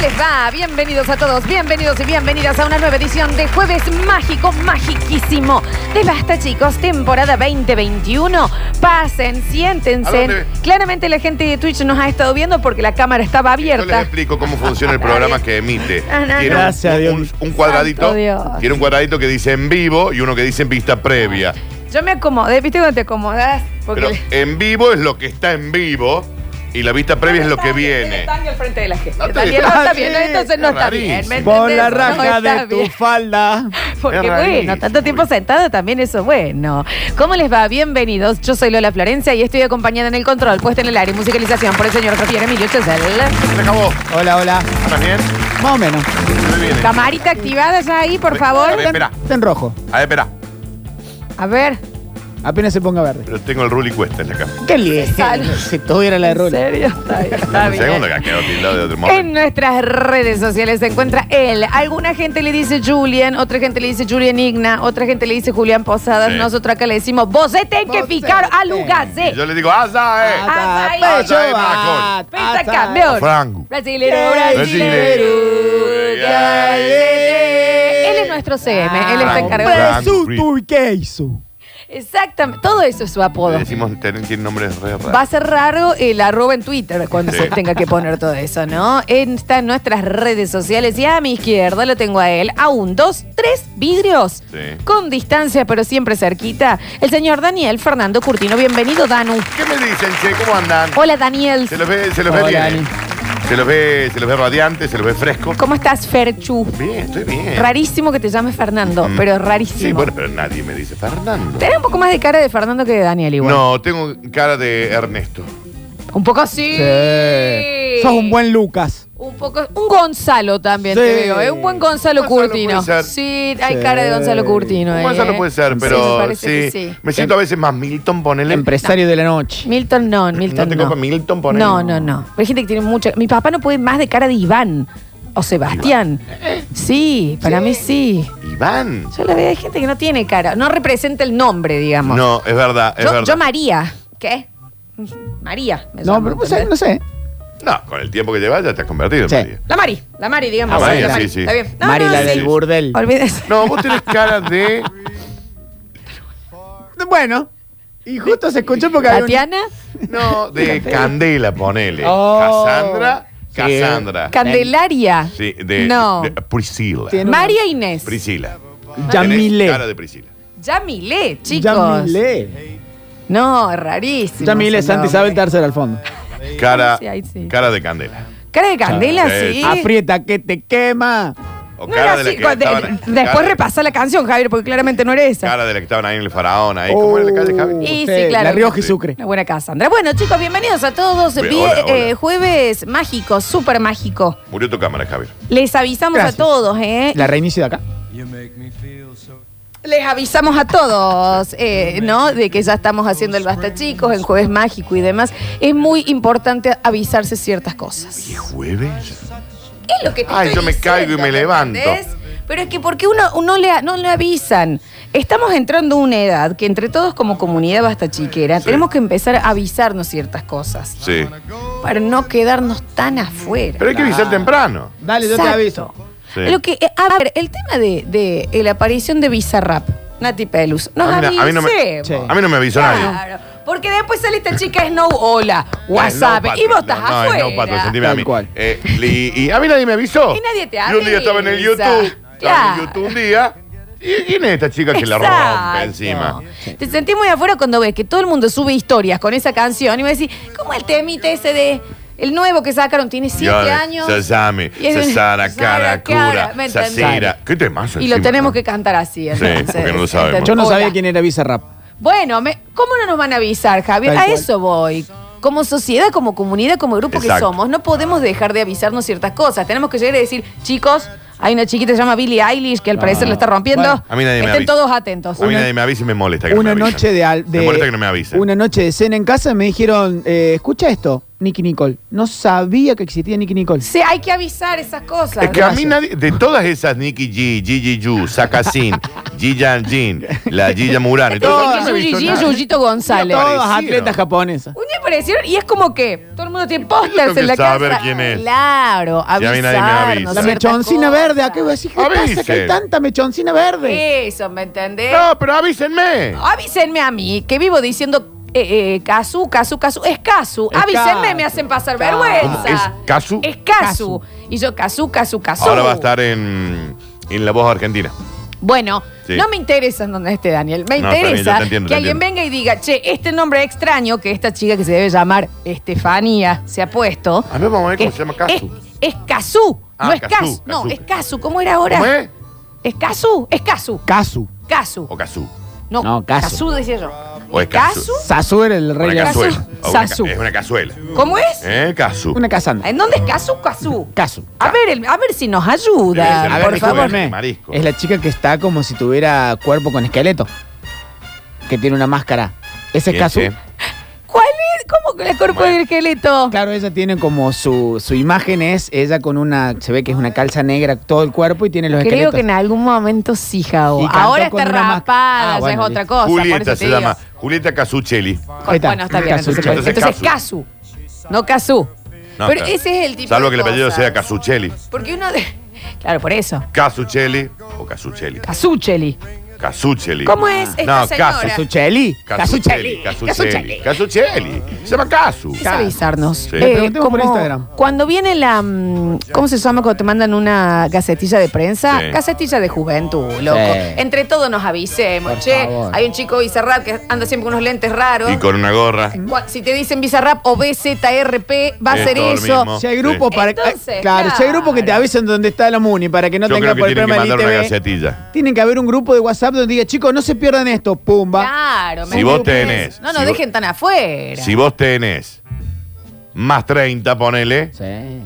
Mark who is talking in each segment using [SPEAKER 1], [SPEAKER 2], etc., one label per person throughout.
[SPEAKER 1] les va? Bienvenidos a todos, bienvenidos y bienvenidas a una nueva edición de Jueves Mágico, Magiquísimo. De Basta, chicos, temporada 2021. Pasen,
[SPEAKER 2] ¿A
[SPEAKER 1] siéntense.
[SPEAKER 2] dónde?
[SPEAKER 1] Claramente la gente de Twitch nos ha estado viendo porque la cámara estaba
[SPEAKER 2] Yo les
[SPEAKER 1] abierta.
[SPEAKER 2] explico cómo funciona el programa que emite.
[SPEAKER 1] Ah, no,
[SPEAKER 2] Tiene
[SPEAKER 1] no.
[SPEAKER 2] un-
[SPEAKER 3] Gracias a Dios.
[SPEAKER 2] un, un cuadradito.
[SPEAKER 1] Santo Dios.
[SPEAKER 2] Tiene un cuadradito que dice en vivo y uno que dice en vista previa.
[SPEAKER 1] Yo me acomodé, ¿viste cuando te acomodas? Porque
[SPEAKER 2] Pero en vivo es lo que está en vivo y la vista previa es lo que
[SPEAKER 1] Tiene
[SPEAKER 2] viene.
[SPEAKER 1] tangue al frente de la gente.
[SPEAKER 2] No te
[SPEAKER 1] Daniel, no está
[SPEAKER 3] digas.
[SPEAKER 1] bien, entonces no
[SPEAKER 2] Es
[SPEAKER 1] está bien. ¿me
[SPEAKER 2] rarísimo.
[SPEAKER 3] Por
[SPEAKER 1] entendés?
[SPEAKER 3] la
[SPEAKER 1] No
[SPEAKER 3] raja
[SPEAKER 1] está
[SPEAKER 3] de tu
[SPEAKER 1] bien.
[SPEAKER 3] falda.
[SPEAKER 1] Porque
[SPEAKER 2] Es
[SPEAKER 1] bueno,
[SPEAKER 2] rarísimo.
[SPEAKER 1] tanto tiempo sentado también eso es bueno. ¿Cómo les va? Bienvenidos. Yo soy Lola Florencia y estoy acompañada en el control, puesta en el área y musicalización por el señor Javier Emilio Chesel.
[SPEAKER 2] Se acabó.
[SPEAKER 3] Hola, hola.
[SPEAKER 2] ¿Estás bien?
[SPEAKER 3] Más o menos.
[SPEAKER 2] Se viene.
[SPEAKER 1] Camarita activada ya ahí, por
[SPEAKER 2] A
[SPEAKER 1] favor.
[SPEAKER 2] ver, espera.
[SPEAKER 3] Está en rojo.
[SPEAKER 2] A ver, espera.
[SPEAKER 1] A ver.
[SPEAKER 3] Apenas se ponga verde.
[SPEAKER 2] Pero tengo el Ruli Cuesta en la cámara.
[SPEAKER 3] Qué lindo.
[SPEAKER 1] Sal-
[SPEAKER 3] Si tuviera la de
[SPEAKER 1] ¿En
[SPEAKER 3] Rolo.
[SPEAKER 1] serio? Está bien, está
[SPEAKER 2] Un segundo
[SPEAKER 1] bien.
[SPEAKER 2] que ha quedado tildado de otro
[SPEAKER 1] En
[SPEAKER 2] modo.
[SPEAKER 1] nuestras redes sociales se encuentra él. Alguna gente le dice Julian, otra gente le dice Julian Igna, otra gente le dice Julián Posadas.
[SPEAKER 2] Sí.
[SPEAKER 1] Nosotros acá le decimos, vos se tenés que
[SPEAKER 3] Vos
[SPEAKER 1] picar
[SPEAKER 3] se
[SPEAKER 1] a
[SPEAKER 3] tenés".
[SPEAKER 1] lugarse.
[SPEAKER 2] Yo le digo, ¡Aza, eh!
[SPEAKER 1] Ah,
[SPEAKER 3] Ata,
[SPEAKER 1] ahí.
[SPEAKER 3] pecho,
[SPEAKER 2] Ah, ahí,
[SPEAKER 3] ah,
[SPEAKER 1] Pesa
[SPEAKER 3] ata.
[SPEAKER 1] campeón.
[SPEAKER 2] Franco.
[SPEAKER 1] Brasilero,
[SPEAKER 3] Brasilero.
[SPEAKER 1] brasilero. Él es nuestro CM, él está
[SPEAKER 2] Ah,
[SPEAKER 1] encargado.
[SPEAKER 3] Presunto y queso.
[SPEAKER 1] Exactamente, todo eso es su apodo.
[SPEAKER 2] Le decimos, ten- tiene nombres re raros.
[SPEAKER 1] Va a ser raro el arroba en Twitter cuando
[SPEAKER 2] Sí.
[SPEAKER 1] se tenga que poner todo eso, ¿no? En- Está en nuestras redes sociales y a mi izquierda lo tengo a él, a un, dos, tres vidrios.
[SPEAKER 2] Sí.
[SPEAKER 1] Con distancia, pero siempre cerquita. El señor Daniel Fernando Curtino. Bienvenido, Danu.
[SPEAKER 2] ¿Qué me dicen, che? ¿Cómo andan?
[SPEAKER 1] Hola, Daniel.
[SPEAKER 2] Se los ve, se los ve
[SPEAKER 3] Hola,
[SPEAKER 2] bien.
[SPEAKER 3] Ani.
[SPEAKER 2] Se los ve, se los ve radiante, se los ve fresco.
[SPEAKER 1] ¿Cómo estás, Ferchu?
[SPEAKER 2] Bien, estoy bien.
[SPEAKER 1] Rarísimo que te llames Fernando,
[SPEAKER 2] Mm.
[SPEAKER 1] pero rarísimo.
[SPEAKER 2] Sí, bueno, pero nadie me dice Fernando.
[SPEAKER 1] Tenés un poco más de cara de Fernando que de Daniel igual.
[SPEAKER 2] No, tengo cara de Ernesto.
[SPEAKER 1] Un poco sí.
[SPEAKER 3] Sí. Sos un buen Lucas.
[SPEAKER 1] Un poco. Un Gonzalo también
[SPEAKER 3] Sí.
[SPEAKER 1] te veo, ¿eh? Un buen Gonzalo,
[SPEAKER 2] Gonzalo
[SPEAKER 1] Curtino.
[SPEAKER 2] puede ser.
[SPEAKER 1] Sí, hay
[SPEAKER 3] Sí.
[SPEAKER 1] cara de Gonzalo Curtino.
[SPEAKER 2] Bueno, eso
[SPEAKER 1] ¿eh?
[SPEAKER 2] no puede ser,
[SPEAKER 1] Sí, me
[SPEAKER 2] pero
[SPEAKER 1] parece que
[SPEAKER 2] sí.
[SPEAKER 1] sí.
[SPEAKER 2] Me siento a veces más Milton, ponele.
[SPEAKER 3] Empresario de la noche.
[SPEAKER 1] Milton no, Milton
[SPEAKER 2] ¿No te copa Milton, ponele?
[SPEAKER 1] No, no, no. Hay gente que tiene mucha. Mi papá no puede más de cara de Iván o Sebastián. Sí, para mí sí.
[SPEAKER 2] Iván.
[SPEAKER 1] Yo la veo, hay gente que no tiene cara. No representa el nombre, digamos.
[SPEAKER 2] No, es verdad, es
[SPEAKER 1] yo,
[SPEAKER 2] verdad.
[SPEAKER 1] yo María. ¿Qué? María. me
[SPEAKER 3] No,
[SPEAKER 1] llamo,
[SPEAKER 3] pero pues,
[SPEAKER 1] ¿entendés?
[SPEAKER 3] no sé.
[SPEAKER 2] No, con el tiempo que llevas ya te has convertido en
[SPEAKER 3] Sí.
[SPEAKER 2] María.
[SPEAKER 1] La Mari, la Mari, digamos.
[SPEAKER 2] Ah,
[SPEAKER 1] Sí,
[SPEAKER 2] María,
[SPEAKER 1] la
[SPEAKER 2] sí, sí.
[SPEAKER 1] Está bien.
[SPEAKER 3] Mari, la
[SPEAKER 2] sí.
[SPEAKER 3] del burdel.
[SPEAKER 1] Olvídese.
[SPEAKER 2] No, vos tenés cara de.
[SPEAKER 3] Bueno. Y justo se escuchó porque había un-
[SPEAKER 1] Tatiana,
[SPEAKER 2] No, de Candela, ponele.
[SPEAKER 3] Oh.
[SPEAKER 2] Cassandra.
[SPEAKER 3] Sí.
[SPEAKER 2] Cassandra.
[SPEAKER 1] Candelaria.
[SPEAKER 2] Sí, de,
[SPEAKER 1] No.
[SPEAKER 2] de- Priscila.
[SPEAKER 3] Tiene-
[SPEAKER 1] María Inés.
[SPEAKER 2] Priscila.
[SPEAKER 3] Yamile.
[SPEAKER 2] Tenés Cara de Priscila.
[SPEAKER 1] Yamile, chicos.
[SPEAKER 3] Yamile.
[SPEAKER 1] No, rarísimo.
[SPEAKER 3] Yamile
[SPEAKER 1] ese
[SPEAKER 3] Santi
[SPEAKER 1] nombre.
[SPEAKER 3] Isabel tercera al fondo.
[SPEAKER 2] Cara,
[SPEAKER 1] Sí, ahí sí.
[SPEAKER 2] cara de Candela.
[SPEAKER 1] Cara de Candela,
[SPEAKER 2] Sí,
[SPEAKER 1] sí.
[SPEAKER 3] Aprieta que te quema.
[SPEAKER 2] O
[SPEAKER 1] No
[SPEAKER 2] Ah, cara
[SPEAKER 1] era
[SPEAKER 2] de la
[SPEAKER 1] así.
[SPEAKER 2] que
[SPEAKER 1] cuando-
[SPEAKER 2] estaban-
[SPEAKER 1] de- después
[SPEAKER 2] cara-
[SPEAKER 1] repasa la canción, Javier, porque claramente no era esa.
[SPEAKER 2] Cara de la que estaban ahí en el faraón. Ahí. ¿Cómo era la calle, Javi?
[SPEAKER 1] Y sí,
[SPEAKER 3] Usted,
[SPEAKER 1] claro.
[SPEAKER 3] La Rioja y Sucre.
[SPEAKER 1] Una buena casa, Andrea. Bueno, chicos, bienvenidos a todos.
[SPEAKER 2] Bien,
[SPEAKER 1] Bien,
[SPEAKER 2] hola, hola.
[SPEAKER 1] eh, jueves mágico, súper mágico.
[SPEAKER 2] Murió tu cámara, Javier.
[SPEAKER 1] Les avisamos
[SPEAKER 3] Gracias.
[SPEAKER 1] a todos, ¿eh?
[SPEAKER 3] La reinicio de acá.
[SPEAKER 1] Les avisamos a todos, eh, ¿no? De que ya estamos haciendo el Basta Chicos, el Jueves Mágico y demás. Es muy importante avisarse ciertas cosas.
[SPEAKER 2] ¿Y es jueves?
[SPEAKER 1] Es lo que te
[SPEAKER 2] Ay,
[SPEAKER 1] estoy
[SPEAKER 2] yo me
[SPEAKER 1] diciendo,
[SPEAKER 2] caigo y me levanto.
[SPEAKER 1] ¿entendés? Pero es que porque uno, uno le, no le avisan. Estamos entrando a una edad que entre todos como comunidad Basta Chiquera
[SPEAKER 2] Sí.
[SPEAKER 1] tenemos que empezar a avisarnos ciertas cosas
[SPEAKER 2] Sí.
[SPEAKER 1] para no quedarnos tan afuera.
[SPEAKER 2] Pero hay que avisar temprano.
[SPEAKER 3] Dale, yo te
[SPEAKER 1] Exacto.
[SPEAKER 3] aviso.
[SPEAKER 2] Sí.
[SPEAKER 1] Lo que, eh, a ver, el tema de, de, la aparición de Bizarrap, Nati Pelus, nos
[SPEAKER 2] A mí no- a mí no me-
[SPEAKER 1] avisemos.
[SPEAKER 3] Sí.
[SPEAKER 2] A mí no me avisó nadie.
[SPEAKER 1] Claro, porque después sale esta chica Snow, hola, WhatsApp,
[SPEAKER 2] No,
[SPEAKER 1] y vos
[SPEAKER 2] Patro,
[SPEAKER 1] estás
[SPEAKER 2] no,
[SPEAKER 1] afuera.
[SPEAKER 2] No, Patro, sentime a
[SPEAKER 3] Tal
[SPEAKER 2] mí.
[SPEAKER 3] cual.
[SPEAKER 2] Eh, y, y a mí nadie me avisó.
[SPEAKER 1] Y nadie te
[SPEAKER 2] Y un día estaba en el
[SPEAKER 1] avisa.
[SPEAKER 2] YouTube. Estaba en
[SPEAKER 1] Claro.
[SPEAKER 2] el YouTube un día. ¿Y quién es esta chica que la rompe
[SPEAKER 1] Exacto.
[SPEAKER 2] encima?
[SPEAKER 1] Te sentís muy afuera cuando ves que todo el mundo sube historias con esa canción y me decís, ¿cómo el temita ese de el nuevo que sacaron? Tiene siete años.
[SPEAKER 2] Sasami,
[SPEAKER 1] Y es-
[SPEAKER 2] Sasara,
[SPEAKER 1] Sara,
[SPEAKER 2] Cara,
[SPEAKER 1] Cara,
[SPEAKER 2] Cura,
[SPEAKER 1] ¿me entendés?
[SPEAKER 2] Sasira. ¿Qué temazo
[SPEAKER 1] Y lo
[SPEAKER 2] encima,
[SPEAKER 1] tenemos
[SPEAKER 2] ¿no?
[SPEAKER 1] que cantar así.
[SPEAKER 2] Sí,
[SPEAKER 1] entonces.
[SPEAKER 2] porque no lo sabemos.
[SPEAKER 3] Yo no
[SPEAKER 1] Hola.
[SPEAKER 3] sabía quién era Bizarrap.
[SPEAKER 1] Bueno, me- ¿cómo no nos van a avisar, Javier?
[SPEAKER 3] Tal
[SPEAKER 1] a
[SPEAKER 3] cual.
[SPEAKER 1] eso voy. Como sociedad, como comunidad, como grupo que
[SPEAKER 2] Exacto.
[SPEAKER 1] somos, no podemos dejar de avisarnos ciertas cosas. Tenemos que llegar y decir, chicos, hay una chiquita que se llama Billie Eilish que al parecer la está rompiendo.
[SPEAKER 3] Bueno,
[SPEAKER 2] Ah, a mí nadie me
[SPEAKER 1] Estén
[SPEAKER 2] avisa.
[SPEAKER 1] todos atentos.
[SPEAKER 2] A mí nadie me avisa y me molesta que no
[SPEAKER 3] Una
[SPEAKER 2] me avisen.
[SPEAKER 3] noche de, al- de-
[SPEAKER 2] Me molesta que no me avisen.
[SPEAKER 3] Una noche de cena en casa me dijeron, eh, escucha esto, Nicky Nicole. No sabía que existía Nicky Nicole.
[SPEAKER 1] Sí, hay que avisar esas cosas.
[SPEAKER 2] Es que a
[SPEAKER 3] Gracias.
[SPEAKER 2] mí nadie, de todas esas Nicky G, Gigi Yu, Sakasin, Jiyan Jin, la Jiya Murano. y todo.
[SPEAKER 3] Todas.
[SPEAKER 2] Yo no he
[SPEAKER 1] Yuji
[SPEAKER 2] visto
[SPEAKER 1] Ji es
[SPEAKER 2] nada.
[SPEAKER 1] Yuyito González.
[SPEAKER 2] No,
[SPEAKER 3] Todas
[SPEAKER 2] Parecieron.
[SPEAKER 3] atletas japonesas.
[SPEAKER 1] Un día aparecieron y es como que todo el mundo tiene pósters
[SPEAKER 2] que
[SPEAKER 1] en la
[SPEAKER 2] saber
[SPEAKER 1] casa.
[SPEAKER 2] quién es.
[SPEAKER 1] Claro,
[SPEAKER 2] mí nadie me avisa.
[SPEAKER 1] avisarnos.
[SPEAKER 3] La
[SPEAKER 2] Ciertas
[SPEAKER 3] mechoncina verde, ¿a qué voy a
[SPEAKER 1] ves?
[SPEAKER 3] decir? ¿Qué pasa? Que hay
[SPEAKER 2] Avisen.
[SPEAKER 3] tanta mechoncina verde.
[SPEAKER 1] Eso, ¿me entendés?
[SPEAKER 2] No, pero avísenme.
[SPEAKER 1] Avísenme a mí, que vivo diciendo eh, eh, casu, casu, casu. Es casu.
[SPEAKER 3] Es
[SPEAKER 1] Avísenme,
[SPEAKER 3] casu.
[SPEAKER 1] me hacen pasar
[SPEAKER 3] Casu.
[SPEAKER 1] vergüenza.
[SPEAKER 2] ¿Es casu?
[SPEAKER 1] Es casu. Y yo casu, casu, casu.
[SPEAKER 2] Ahora va a estar en, en La Voz Argentina.
[SPEAKER 1] Bueno,
[SPEAKER 2] Sí.
[SPEAKER 1] no me interesa en dónde esté Daniel. Me
[SPEAKER 2] No, está bien,
[SPEAKER 1] interesa
[SPEAKER 2] yo te entiendo,
[SPEAKER 1] que
[SPEAKER 2] te
[SPEAKER 1] alguien
[SPEAKER 2] entiendo.
[SPEAKER 1] venga y diga, che, este nombre extraño que esta chica que se debe llamar Estefanía se ha puesto.
[SPEAKER 2] A ver, vamos a ver Ah, cómo
[SPEAKER 1] que
[SPEAKER 2] se llama Casu.
[SPEAKER 1] Es, es Cazú,
[SPEAKER 2] Ah,
[SPEAKER 1] no es
[SPEAKER 2] Cazú,
[SPEAKER 1] Cas. No,
[SPEAKER 2] Cazú.
[SPEAKER 1] es Casu. ¿Cómo era ahora?
[SPEAKER 2] ¿Cómo es?
[SPEAKER 1] ¿Es Casu? Es Casu.
[SPEAKER 3] Casu.
[SPEAKER 1] Casu.
[SPEAKER 2] O Casu.
[SPEAKER 1] No,
[SPEAKER 3] No, Cazú.
[SPEAKER 1] Cazú decía yo.
[SPEAKER 2] O es
[SPEAKER 1] Cazú.
[SPEAKER 3] Sasu era el rey
[SPEAKER 2] Una
[SPEAKER 3] de la...
[SPEAKER 1] Casu.
[SPEAKER 2] cazuela. O una ca-
[SPEAKER 1] Sasu.
[SPEAKER 2] Es una cazuela.
[SPEAKER 1] ¿Cómo es?
[SPEAKER 2] ¿Eh? Casu.
[SPEAKER 3] Una casandra.
[SPEAKER 1] ¿En dónde es Casu? Casu.
[SPEAKER 3] Casu.
[SPEAKER 1] A ver, el- a ver si nos ayuda,
[SPEAKER 2] Debe ser
[SPEAKER 1] por
[SPEAKER 2] marisco,
[SPEAKER 1] favor.
[SPEAKER 2] ¿eh? Marisco.
[SPEAKER 3] Es la chica que está como si tuviera cuerpo con esqueleto. Que tiene una máscara. Ese es
[SPEAKER 2] Bien,
[SPEAKER 3] Casu.
[SPEAKER 2] sí.
[SPEAKER 1] ¿Cuál es? ¿Cómo que el cuerpo
[SPEAKER 2] Bueno.
[SPEAKER 1] del esqueleto?
[SPEAKER 3] Claro, ella tiene como su, su imagen es ella con una, se ve que es una calza negra todo el cuerpo y tiene los
[SPEAKER 1] Creo
[SPEAKER 3] esqueletos.
[SPEAKER 1] que en algún momento sí,
[SPEAKER 3] Y
[SPEAKER 1] Jao.
[SPEAKER 3] cantó
[SPEAKER 1] Ahora está
[SPEAKER 3] con una máscara.
[SPEAKER 1] rapada,
[SPEAKER 3] Ah,
[SPEAKER 1] ya
[SPEAKER 3] bueno,
[SPEAKER 1] es otra
[SPEAKER 3] listo.
[SPEAKER 1] cosa. por
[SPEAKER 2] Julieta
[SPEAKER 1] eso
[SPEAKER 2] se
[SPEAKER 1] te digo.
[SPEAKER 2] llama. Julieta Casuchelli.
[SPEAKER 1] Bueno, está bien.
[SPEAKER 3] Casu,
[SPEAKER 1] Entonces,
[SPEAKER 3] che.
[SPEAKER 2] puede ser.
[SPEAKER 1] entonces Casu. No Casu.
[SPEAKER 2] No,
[SPEAKER 1] Pero
[SPEAKER 2] claro.
[SPEAKER 1] ese es el tipo
[SPEAKER 2] Salvo
[SPEAKER 1] de
[SPEAKER 2] que el apellido
[SPEAKER 1] cosas.
[SPEAKER 2] sea Casuchelli.
[SPEAKER 1] Porque uno de... Claro, por eso.
[SPEAKER 2] Casuchelli o Casuchelli.
[SPEAKER 1] Casuchelli.
[SPEAKER 2] Casuchelli.
[SPEAKER 1] ¿Cómo es esta
[SPEAKER 2] No,
[SPEAKER 1] señora?
[SPEAKER 2] Casu.
[SPEAKER 3] Casuchelli.
[SPEAKER 2] Casuchelli. Casuchelli. Casuchelli. Se llama Casu.
[SPEAKER 1] Es avisarnos. Eh,
[SPEAKER 2] Sí.
[SPEAKER 3] Le preguntemos por Instagram.
[SPEAKER 1] Cuando viene la. mm, ¿Cómo se llama cuando te mandan una gacetilla de prensa?
[SPEAKER 2] Sí.
[SPEAKER 1] Gacetilla de juventud, loco.
[SPEAKER 3] Sí.
[SPEAKER 1] Entre todos nos avisemos,
[SPEAKER 3] Por
[SPEAKER 1] che.
[SPEAKER 3] favor.
[SPEAKER 1] Hay un chico bizarrap que anda siempre con unos lentes raros.
[SPEAKER 2] Y con una gorra.
[SPEAKER 1] Cu- Si te dicen bizarrap o BZRP, va a
[SPEAKER 2] Es
[SPEAKER 1] ser
[SPEAKER 2] todo lo
[SPEAKER 1] eso.
[SPEAKER 2] mismo.
[SPEAKER 3] Si hay grupos para
[SPEAKER 1] Entonces,
[SPEAKER 3] eh, claro, si hay grupos que te
[SPEAKER 1] claro.
[SPEAKER 3] avisen dónde está la Muni para que no
[SPEAKER 2] Yo creo
[SPEAKER 3] tenga
[SPEAKER 2] que
[SPEAKER 3] por el
[SPEAKER 2] tienen que
[SPEAKER 3] problema
[SPEAKER 2] mandar una
[SPEAKER 3] del ITV.
[SPEAKER 2] gacetilla.
[SPEAKER 3] Tienen que haber un grupo de WhatsApp donde diga, "Chicos, no se pierdan esto." Pumba.
[SPEAKER 1] Claro,
[SPEAKER 2] Si vos
[SPEAKER 1] entendés?
[SPEAKER 2] tenés-
[SPEAKER 1] No
[SPEAKER 2] si
[SPEAKER 1] nos
[SPEAKER 2] vos-
[SPEAKER 1] dejen tan afuera.
[SPEAKER 2] Si vos tenés más 30, ponele,
[SPEAKER 3] Sí.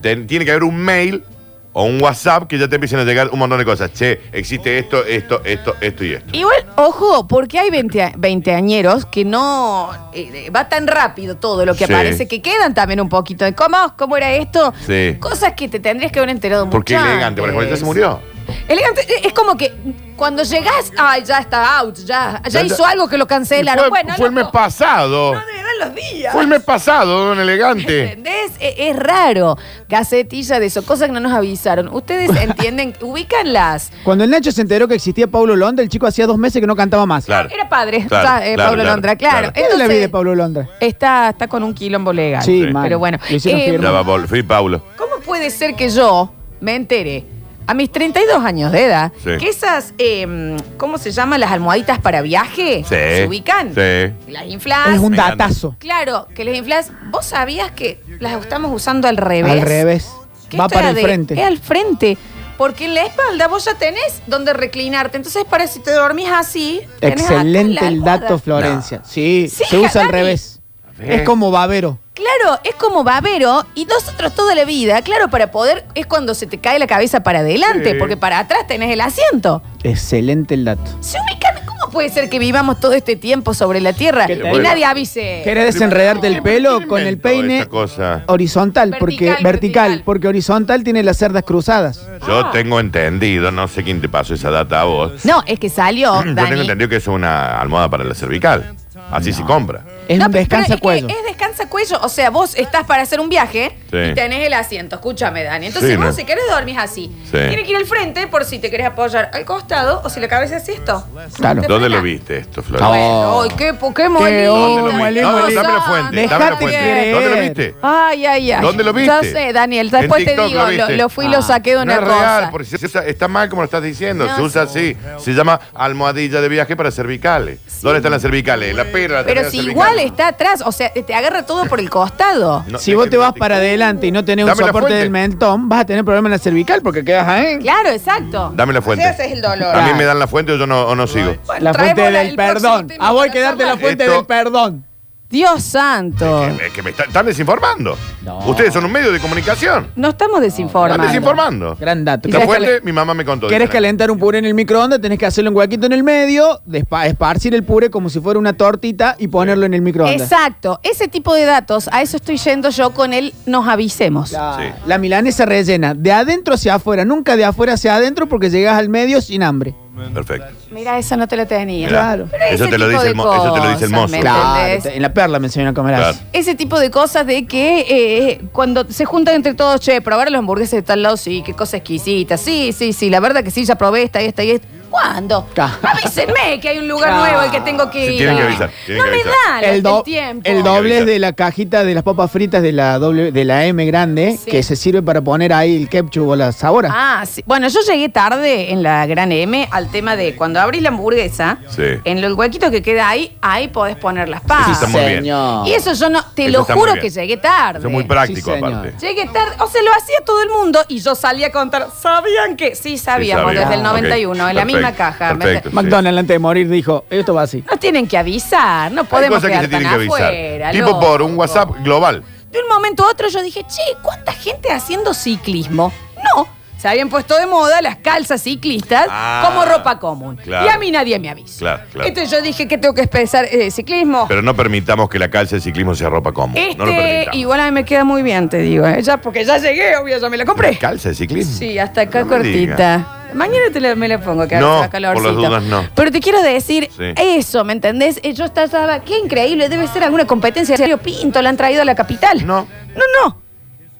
[SPEAKER 2] ten- tiene que haber un mail o un WhatsApp que ya te empiecen a llegar un montón de cosas. Che, existe esto, esto, esto, esto y esto.
[SPEAKER 1] Igual, ojo, porque hay 20, veinteañeros que no. eh, va tan rápido todo lo que
[SPEAKER 2] Sí.
[SPEAKER 1] aparece que quedan también un poquito de. ¿Cómo, ¿Cómo era esto?
[SPEAKER 2] Sí.
[SPEAKER 1] Cosas que te tendrías que haber enterado mucho.
[SPEAKER 2] Porque elegante, porque Juanita se murió.
[SPEAKER 1] antes. Elegante, eh, es como que cuando llegás, ay, ya está out, ya, ya
[SPEAKER 2] Ya-
[SPEAKER 1] hizo algo que lo cancelaron.
[SPEAKER 2] Fue,
[SPEAKER 1] bueno,
[SPEAKER 2] fue el mes
[SPEAKER 1] loco,
[SPEAKER 2] pasado.
[SPEAKER 1] no, de verdad, los días.
[SPEAKER 2] Fue el mes pasado, don elegante.
[SPEAKER 1] ¿Entendés? E- Es, raro. Gacetilla de eso, cosas que no nos avisaron. Ustedes entienden, ubícanlas.
[SPEAKER 3] Cuando el Nacho se enteró que existía Pablo Londra, el chico hacía dos meses que no cantaba más.
[SPEAKER 2] Claro.
[SPEAKER 1] Era padre,
[SPEAKER 2] Claro,
[SPEAKER 1] ya, eh,
[SPEAKER 2] claro,
[SPEAKER 1] Pablo
[SPEAKER 2] claro,
[SPEAKER 1] Londra, claro.
[SPEAKER 2] claro.
[SPEAKER 3] Esa es la
[SPEAKER 1] Entonces,
[SPEAKER 3] vida de Pablo Londra.
[SPEAKER 1] Está, está con un quilombo legal.
[SPEAKER 3] Sí,
[SPEAKER 2] Sí.
[SPEAKER 3] mal.
[SPEAKER 1] Pero bueno.
[SPEAKER 3] Lo hicieron
[SPEAKER 1] Eh,
[SPEAKER 3] firmar.
[SPEAKER 2] Ya va, Paul. Fui Paulo.
[SPEAKER 1] ¿Cómo puede ser que yo me entere a mis 32 años de edad
[SPEAKER 2] Sí.
[SPEAKER 1] que esas, eh, ¿cómo se llaman? Las almohaditas para viaje
[SPEAKER 2] Sí.
[SPEAKER 1] se ubican?
[SPEAKER 2] Sí.
[SPEAKER 1] Las inflas.
[SPEAKER 3] Es un
[SPEAKER 2] Me encanta.
[SPEAKER 3] datazo.
[SPEAKER 1] Claro, que les inflas. ¿Vos sabías que las estamos usando al revés?
[SPEAKER 3] Al revés.
[SPEAKER 1] Que
[SPEAKER 3] Va
[SPEAKER 1] esto era
[SPEAKER 3] para el
[SPEAKER 1] de-
[SPEAKER 3] frente.
[SPEAKER 1] Es al frente. Porque en la espalda vos ya tenés donde reclinarte. Entonces, para si te dormís así. tenés acá
[SPEAKER 3] Excelente
[SPEAKER 1] la
[SPEAKER 3] el
[SPEAKER 1] almohada.
[SPEAKER 3] dato, Florencia. Sí,
[SPEAKER 1] Sí,
[SPEAKER 3] se usa al
[SPEAKER 1] Dani.
[SPEAKER 3] revés.
[SPEAKER 2] ver.
[SPEAKER 3] Es como babero.
[SPEAKER 1] Claro, es como babero y nosotros toda la vida, claro, para poder es cuando se te cae la cabeza para adelante,
[SPEAKER 2] Sí.
[SPEAKER 1] porque para atrás tenés el asiento.
[SPEAKER 3] Excelente el dato.
[SPEAKER 1] Se ubican, ¿cómo puede ser que vivamos todo este tiempo sobre la Tierra
[SPEAKER 3] Que
[SPEAKER 1] y
[SPEAKER 3] te-
[SPEAKER 1] nadie avise?
[SPEAKER 3] ¿Querés desenredarte el pelo
[SPEAKER 2] ¿Quién
[SPEAKER 3] con el
[SPEAKER 2] inventó
[SPEAKER 3] peine
[SPEAKER 2] esta cosa?
[SPEAKER 3] horizontal? porque
[SPEAKER 1] Vertical,
[SPEAKER 3] vertical,
[SPEAKER 1] vertical.
[SPEAKER 3] porque horizontal tiene las cerdas cruzadas.
[SPEAKER 2] Yo tengo entendido, no sé quién te pasó esa data a vos.
[SPEAKER 1] Ah. No, es que salió,
[SPEAKER 2] Yo tengo
[SPEAKER 1] Dani.
[SPEAKER 2] entendido que es una almohada para la cervical. Así se compra.
[SPEAKER 3] Es
[SPEAKER 1] No,
[SPEAKER 3] un
[SPEAKER 1] pero-
[SPEAKER 3] descansa
[SPEAKER 1] pero es que
[SPEAKER 3] cuello.
[SPEAKER 1] Es descansa cuello. O sea, vos estás para hacer un viaje
[SPEAKER 2] Sí.
[SPEAKER 1] y tenés el asiento. Escúchame, Dani. Entonces,
[SPEAKER 2] Sí,
[SPEAKER 1] vos
[SPEAKER 2] ¿no?
[SPEAKER 1] si querés dormís así.
[SPEAKER 2] Sí.
[SPEAKER 1] Tienes que ir al frente por si te querés apoyar al costado o si la cabeza es esto.
[SPEAKER 3] Claro.
[SPEAKER 1] Te
[SPEAKER 2] ¿Dónde
[SPEAKER 1] frena.
[SPEAKER 2] lo viste esto, Flor?
[SPEAKER 3] No.
[SPEAKER 1] Bueno, ay, qué, po- qué molina.
[SPEAKER 3] oh,
[SPEAKER 2] ¿Dónde lo
[SPEAKER 3] Molina,
[SPEAKER 2] viste? No, no, dame la fuente, dame la
[SPEAKER 3] Dejate
[SPEAKER 2] fuente.
[SPEAKER 3] querer.
[SPEAKER 2] ¿Dónde lo viste?
[SPEAKER 1] Ay, ay, ay.
[SPEAKER 2] ¿Dónde lo viste?
[SPEAKER 1] Ya sé, Daniel.
[SPEAKER 2] En
[SPEAKER 1] Después te
[SPEAKER 2] TikTok
[SPEAKER 1] digo,
[SPEAKER 2] lo
[SPEAKER 1] lo,
[SPEAKER 2] viste.
[SPEAKER 1] lo fui y lo
[SPEAKER 3] Ah.
[SPEAKER 1] saqué de
[SPEAKER 2] No
[SPEAKER 1] una
[SPEAKER 2] es
[SPEAKER 1] cosa.
[SPEAKER 2] real, porque se usa- está mal como lo estás diciendo.
[SPEAKER 1] No,
[SPEAKER 2] se usa así. Se llama almohadilla de viaje para cervicales. ¿Dónde están las cervicales? La pera, la
[SPEAKER 1] Pero
[SPEAKER 2] tercera
[SPEAKER 1] si
[SPEAKER 2] cervical.
[SPEAKER 1] igual está atrás, o sea, te agarra todo por el costado.
[SPEAKER 2] No,
[SPEAKER 3] si vos
[SPEAKER 2] déjenme
[SPEAKER 3] te vas
[SPEAKER 2] platicar.
[SPEAKER 3] para adelante y no tenés un
[SPEAKER 2] Dame la
[SPEAKER 3] soporte
[SPEAKER 2] fuente.
[SPEAKER 3] del mentón, vas a tener problemas en la cervical porque quedas ahí.
[SPEAKER 1] Claro, exacto.
[SPEAKER 2] Dame la fuente.
[SPEAKER 1] O sea, ese es el dolor.
[SPEAKER 2] A mí me dan la fuente o yo no, o no sigo.
[SPEAKER 1] Bueno,
[SPEAKER 3] La fuente
[SPEAKER 1] traemos la-
[SPEAKER 3] del
[SPEAKER 1] el próximo
[SPEAKER 3] perdón.
[SPEAKER 1] tema
[SPEAKER 3] A vos hay
[SPEAKER 1] para
[SPEAKER 3] que darte la
[SPEAKER 1] charlar.
[SPEAKER 3] fuente
[SPEAKER 2] Esto-
[SPEAKER 3] del perdón.
[SPEAKER 1] Dios santo.
[SPEAKER 2] Es que me está- están desinformando.
[SPEAKER 3] No.
[SPEAKER 2] Ustedes son un medio de comunicación.
[SPEAKER 1] No estamos
[SPEAKER 2] Están
[SPEAKER 1] desinformando.
[SPEAKER 2] desinformando.
[SPEAKER 3] Gran dato.
[SPEAKER 2] La
[SPEAKER 3] ¿Querés
[SPEAKER 2] fuente,
[SPEAKER 3] calen-
[SPEAKER 2] mi mamá me contó.
[SPEAKER 3] ¿Querés
[SPEAKER 2] dicen.
[SPEAKER 3] calentar un puré en el microondas? Tenés que hacerle un huequito en el medio, despa- esparcir el puré como si fuera una tortita y ponerlo en el microondas.
[SPEAKER 1] Exacto. Ese tipo de datos, a eso estoy yendo yo con el nos avisemos.
[SPEAKER 3] La,
[SPEAKER 2] Sí.
[SPEAKER 3] la milanesa rellena, de adentro hacia afuera, nunca de afuera hacia adentro porque llegas al medio sin hambre.
[SPEAKER 2] Perfecto.
[SPEAKER 1] Mira, esa no te la tenía.
[SPEAKER 2] Mirá.
[SPEAKER 3] Claro.
[SPEAKER 1] Pero ese
[SPEAKER 2] Eso te lo
[SPEAKER 1] tipo
[SPEAKER 2] dice
[SPEAKER 1] de
[SPEAKER 2] el mo- eso te lo dice
[SPEAKER 1] cosas,
[SPEAKER 2] el mozo.
[SPEAKER 1] ¿me
[SPEAKER 3] Claro,
[SPEAKER 1] entendés?
[SPEAKER 3] te- en la perla me enseñó a comer así.
[SPEAKER 2] Claro.
[SPEAKER 1] Ese tipo de cosas de que eh, cuando se juntan entre todos, che, probar los hamburguesas de tal lado, sí, qué cosa exquisita. Sí, sí, sí, la verdad que sí, ya probé esta y esta y esta. ¿Cuándo?
[SPEAKER 3] Claro.
[SPEAKER 1] Avísenme que hay un lugar
[SPEAKER 3] Claro.
[SPEAKER 1] nuevo al que tengo que
[SPEAKER 2] Se
[SPEAKER 1] ir.
[SPEAKER 2] tienen que avisar, tienen
[SPEAKER 1] no
[SPEAKER 2] que
[SPEAKER 1] me
[SPEAKER 2] avisar.
[SPEAKER 1] da el,
[SPEAKER 3] do-
[SPEAKER 1] tiempo.
[SPEAKER 3] el doble es de la cajita de las papas fritas de la doble, de la M grande,
[SPEAKER 1] Sí.
[SPEAKER 3] que se sirve para poner ahí el ketchup o la sabora.
[SPEAKER 1] Ah, sí. Bueno, yo llegué tarde en la Gran M al tema de cuando abrís la hamburguesa,
[SPEAKER 2] Sí.
[SPEAKER 1] en el huequito que queda ahí, ahí podés poner las papas.
[SPEAKER 2] Eso está muy bien.
[SPEAKER 3] Señor.
[SPEAKER 1] Y eso yo no, te
[SPEAKER 2] Ah. Eso
[SPEAKER 1] lo
[SPEAKER 2] está muy
[SPEAKER 1] juro
[SPEAKER 2] bien.
[SPEAKER 1] que llegué tarde.
[SPEAKER 2] Eso es muy práctico,
[SPEAKER 3] Sí, señor.
[SPEAKER 2] aparte.
[SPEAKER 1] Llegué tarde, o sea, lo hacía todo el mundo y yo salía a contar, ¿sabían que? Sí, sabíamos,
[SPEAKER 2] sabíamos.
[SPEAKER 1] desde el
[SPEAKER 2] Ah,
[SPEAKER 1] 91,
[SPEAKER 2] ok.
[SPEAKER 1] en la misma
[SPEAKER 2] Perfecto,
[SPEAKER 1] caja. ¿me
[SPEAKER 2] perfecto.
[SPEAKER 1] entiendes?
[SPEAKER 3] McDonald's antes de morir dijo, esto va así.
[SPEAKER 1] Nos tienen que avisar, no
[SPEAKER 2] Hay
[SPEAKER 1] podemos
[SPEAKER 2] cosas que
[SPEAKER 1] quedar
[SPEAKER 2] se tienen que
[SPEAKER 1] tan
[SPEAKER 2] avisar.
[SPEAKER 1] afuera,
[SPEAKER 2] tipo
[SPEAKER 1] loco.
[SPEAKER 2] por un WhatsApp global.
[SPEAKER 1] De un momento a otro yo dije, che, ¿cuánta gente haciendo ciclismo? No, se habían puesto de moda las calzas ciclistas
[SPEAKER 2] Ah,
[SPEAKER 1] como ropa común.
[SPEAKER 2] claro.
[SPEAKER 1] Y a mí nadie me avisa.
[SPEAKER 2] Claro, claro.
[SPEAKER 1] Entonces yo dije que tengo que empezar eh, ciclismo.
[SPEAKER 2] Pero no permitamos que la calza de ciclismo sea ropa común.
[SPEAKER 1] este
[SPEAKER 2] no lo permitamos.
[SPEAKER 1] igual a mí me queda muy bien, te digo, ¿eh? ya, porque ya llegué, obvio, ya me la compré.
[SPEAKER 2] ¿Calza de ciclismo?
[SPEAKER 1] Sí, hasta acá
[SPEAKER 2] No me digas.
[SPEAKER 1] cortita. Mañana te la- me la pongo, que
[SPEAKER 2] No,
[SPEAKER 1] haga
[SPEAKER 2] por las
[SPEAKER 1] calorcito.
[SPEAKER 2] dudas no.
[SPEAKER 1] Pero te quiero decir
[SPEAKER 2] Sí.
[SPEAKER 1] eso, ¿me entendés? Eh, Yo estaba, qué increíble, debe ser alguna competencia. Sergio Pinto la han traído a la capital.
[SPEAKER 2] No.
[SPEAKER 1] No, no.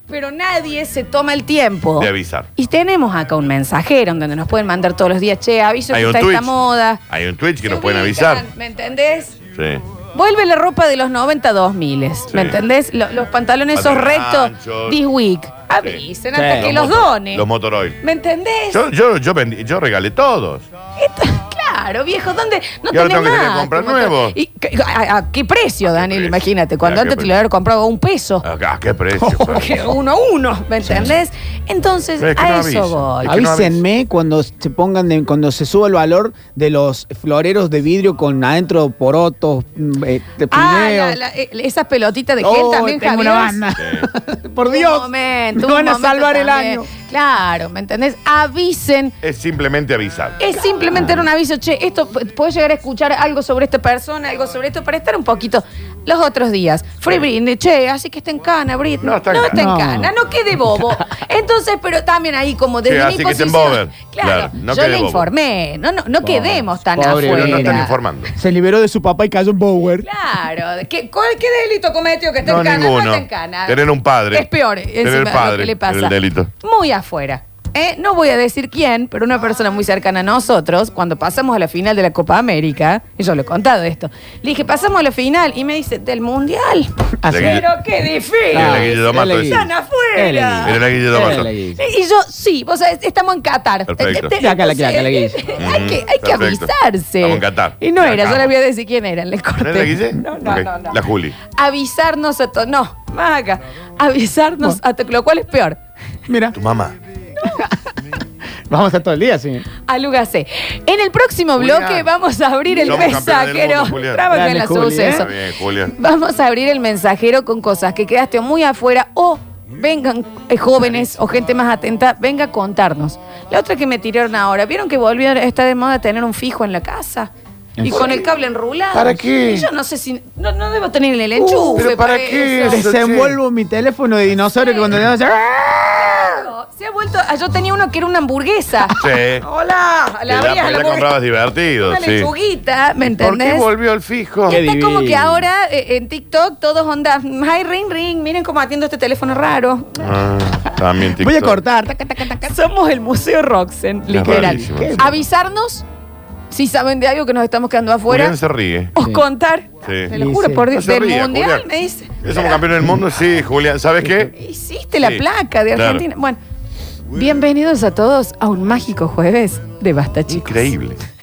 [SPEAKER 1] Pero nadie se toma el tiempo.
[SPEAKER 2] De avisar.
[SPEAKER 1] Y tenemos acá un mensajero en donde nos pueden mandar todos los días, che, aviso
[SPEAKER 2] Hay
[SPEAKER 1] que
[SPEAKER 2] un
[SPEAKER 1] está
[SPEAKER 2] Twitch.
[SPEAKER 1] esta moda.
[SPEAKER 2] Hay un Twitch que
[SPEAKER 1] Se
[SPEAKER 2] nos pueden
[SPEAKER 1] ubican,
[SPEAKER 2] avisar.
[SPEAKER 1] ¿Me entendés?
[SPEAKER 2] Sí.
[SPEAKER 1] Vuelve la ropa de los 90 2000,
[SPEAKER 2] Sí.
[SPEAKER 1] ¿me entendés? Lo- los pantalones esos
[SPEAKER 2] Pantalones
[SPEAKER 1] rectos,
[SPEAKER 2] anchos.
[SPEAKER 1] this week. Avisen
[SPEAKER 3] Sí.
[SPEAKER 1] hasta que los,
[SPEAKER 2] moto-
[SPEAKER 1] donen.
[SPEAKER 2] Los motoroil.
[SPEAKER 1] ¿Me entendés?
[SPEAKER 2] Yo, yo, yo, vendí- yo regalé todos.
[SPEAKER 1] Esto- claro, viejo, ¿dónde? No
[SPEAKER 2] Y
[SPEAKER 1] tenés
[SPEAKER 2] ahora tengo que tener
[SPEAKER 1] nada,
[SPEAKER 2] que comprar
[SPEAKER 1] tu motor.
[SPEAKER 2] nuevos.
[SPEAKER 1] ¿Y qué- a, a qué precio, Daniel?
[SPEAKER 2] precio?
[SPEAKER 1] Imagínate, cuando
[SPEAKER 2] Ya,
[SPEAKER 1] antes
[SPEAKER 2] qué
[SPEAKER 1] te lo había comprado a un peso.
[SPEAKER 2] Ah, qué precio.
[SPEAKER 1] Que uno a uno, ¿me entendés? Entonces,
[SPEAKER 2] Pero es que
[SPEAKER 1] a
[SPEAKER 2] no
[SPEAKER 1] eso
[SPEAKER 2] avisa.
[SPEAKER 1] voy.
[SPEAKER 2] Es que no
[SPEAKER 3] Avísenme cuando se pongan de- cuando se suba el valor de los floreros de vidrio con adentro porotos, mm, eh, de
[SPEAKER 1] Ah,
[SPEAKER 3] pineos.
[SPEAKER 1] la- la- eh, esas pelotitas de
[SPEAKER 3] Oh,
[SPEAKER 1] gel también,
[SPEAKER 3] tengo
[SPEAKER 1] Javier.
[SPEAKER 3] una banda. Por Dios.
[SPEAKER 1] Un momento,
[SPEAKER 3] me
[SPEAKER 1] un
[SPEAKER 3] van a
[SPEAKER 1] momento
[SPEAKER 3] salvar el
[SPEAKER 1] también.
[SPEAKER 3] año.
[SPEAKER 1] Claro, ¿me entendés? Avisen.
[SPEAKER 2] es simplemente avisar.
[SPEAKER 1] Es simplemente era un aviso, che, esto puedes llegar a escuchar algo sobre esta persona, algo sobre esto, para estar un poquito los otros días. Free Britney, che, así que está en cana, Britney.
[SPEAKER 2] No,
[SPEAKER 1] No
[SPEAKER 2] está
[SPEAKER 1] está,
[SPEAKER 2] en cana.
[SPEAKER 1] en
[SPEAKER 3] No.
[SPEAKER 1] cana, no quede bobo. Entonces, pero también ahí como desde
[SPEAKER 2] Che,
[SPEAKER 1] mi
[SPEAKER 2] así que está en
[SPEAKER 1] posición-
[SPEAKER 2] bober.
[SPEAKER 1] Claro,
[SPEAKER 2] Claro, no
[SPEAKER 1] yo
[SPEAKER 2] quede
[SPEAKER 1] le
[SPEAKER 2] bobo.
[SPEAKER 1] informé, no, no, no quedemos tan
[SPEAKER 3] pobre,
[SPEAKER 1] afuera.
[SPEAKER 2] Pero no están
[SPEAKER 3] Era.
[SPEAKER 2] informando.
[SPEAKER 3] Se liberó de su papá y cayó en Bower.
[SPEAKER 1] Claro, ¿de ¿qué, cuál- qué delito cometió que está
[SPEAKER 2] No,
[SPEAKER 1] en cana? No
[SPEAKER 2] ninguno.
[SPEAKER 1] está en cana.
[SPEAKER 2] Tener un padre.
[SPEAKER 1] Es peor,
[SPEAKER 2] Tener
[SPEAKER 1] encima,
[SPEAKER 2] padre,
[SPEAKER 1] lo que le pasa.
[SPEAKER 2] el delito.
[SPEAKER 1] Muy afuera. ¿eh? No voy a decir quién, pero una persona muy cercana a nosotros, cuando pasamos a la final de la Copa América, y yo le he contado esto, le dije, pasamos a la final, y me dice, del Mundial.
[SPEAKER 3] Así.
[SPEAKER 1] Pero
[SPEAKER 2] Era
[SPEAKER 1] qué difícil.
[SPEAKER 2] Era la Guille D'Amato,
[SPEAKER 3] Era la
[SPEAKER 2] decís.
[SPEAKER 1] Están afuera.
[SPEAKER 2] Era la Guille
[SPEAKER 3] Era
[SPEAKER 2] D'Amato.
[SPEAKER 3] la Guille.
[SPEAKER 1] Y yo, sí, vos sabés, estamos en Qatar.
[SPEAKER 2] Perfecto.
[SPEAKER 1] Eh, eh,
[SPEAKER 3] Ya, acá la- acá la- acá la
[SPEAKER 1] eh,
[SPEAKER 3] Guille.
[SPEAKER 1] Hay que, hay que
[SPEAKER 2] Perfecto.
[SPEAKER 1] avisarse.
[SPEAKER 2] Estamos en Qatar.
[SPEAKER 1] Y no
[SPEAKER 2] La
[SPEAKER 1] era, yo
[SPEAKER 2] cama.
[SPEAKER 1] le voy a decir quién era, le corté.
[SPEAKER 2] ¿No es la Guille?
[SPEAKER 1] No, no,
[SPEAKER 2] Ok,
[SPEAKER 1] no, no.
[SPEAKER 2] La Juli.
[SPEAKER 1] Avisarnos a todos. No, más acá. Avisarnos a todos. Lo cual es peor.
[SPEAKER 3] Mira,
[SPEAKER 2] Tu mamá.
[SPEAKER 3] vamos a estar todo el día, sí.
[SPEAKER 1] Alúgase. En el próximo
[SPEAKER 2] Julián.
[SPEAKER 1] bloque vamos a abrir el
[SPEAKER 2] Somos campeones del
[SPEAKER 1] mensajero.
[SPEAKER 2] mundo, Julián.
[SPEAKER 1] Trabaja en
[SPEAKER 3] Dale,
[SPEAKER 1] la
[SPEAKER 3] Juli,
[SPEAKER 1] suceso.
[SPEAKER 2] Está bien, Julián.
[SPEAKER 1] Vamos a abrir el mensajero con cosas que quedaste muy afuera o vengan eh, jóvenes o gente más atenta, venga a contarnos. La otra que me tiraron ahora, ¿vieron que volvió a estar de moda tener un fijo en la casa?
[SPEAKER 3] ¿En
[SPEAKER 1] Y con el cable enrulado.
[SPEAKER 2] ¿Para qué?
[SPEAKER 1] Y
[SPEAKER 2] Uh,
[SPEAKER 1] yo no sé si. No, no debo tener el enchufe.
[SPEAKER 2] ¿pero para qué?
[SPEAKER 1] eso.
[SPEAKER 3] Desenvuelvo mi teléfono de dinosaurio que cuando le das.
[SPEAKER 1] Claro, Se ha vuelto. ah, Yo tenía uno que era una hamburguesa.
[SPEAKER 2] Sí.
[SPEAKER 1] ¡Hola!
[SPEAKER 2] La,
[SPEAKER 1] La abrías a
[SPEAKER 2] la
[SPEAKER 1] la hamburguesa.
[SPEAKER 2] comprabas divertido,
[SPEAKER 1] Una
[SPEAKER 2] sí.
[SPEAKER 1] lechuguita, ¿me
[SPEAKER 2] ¿Por qué
[SPEAKER 1] entendés?
[SPEAKER 2] volvió el fijo?
[SPEAKER 3] Qué
[SPEAKER 1] Está como
[SPEAKER 3] divino.
[SPEAKER 1] que ahora eh, en TikTok todos onda. ¡Ay, ring, ring! Miren cómo atiendo este teléfono raro.
[SPEAKER 2] Ah, también TikTok.
[SPEAKER 3] Voy a cortar. taca, taca.
[SPEAKER 1] Somos el Museo Roxen, literal.
[SPEAKER 2] rarísimo.
[SPEAKER 1] ¿Qué? Avisarnos si saben de algo que nos estamos quedando afuera.
[SPEAKER 2] Julián se ríe.
[SPEAKER 1] Os
[SPEAKER 3] Sí.
[SPEAKER 1] contar.
[SPEAKER 2] Sí.
[SPEAKER 1] Te lo juro, por
[SPEAKER 2] No
[SPEAKER 1] Dios.
[SPEAKER 2] se
[SPEAKER 1] Del
[SPEAKER 2] ría,
[SPEAKER 1] mundial
[SPEAKER 2] Julián.
[SPEAKER 1] me dice.
[SPEAKER 2] Somos campeones del mundo, sí, Julián. ¿Sabes qué?
[SPEAKER 1] Hiciste la
[SPEAKER 2] Sí,
[SPEAKER 1] placa de
[SPEAKER 2] claro.
[SPEAKER 1] Argentina. Bueno, bienvenidos a todos a un mágico jueves de Basta, chicos.
[SPEAKER 2] Increíble.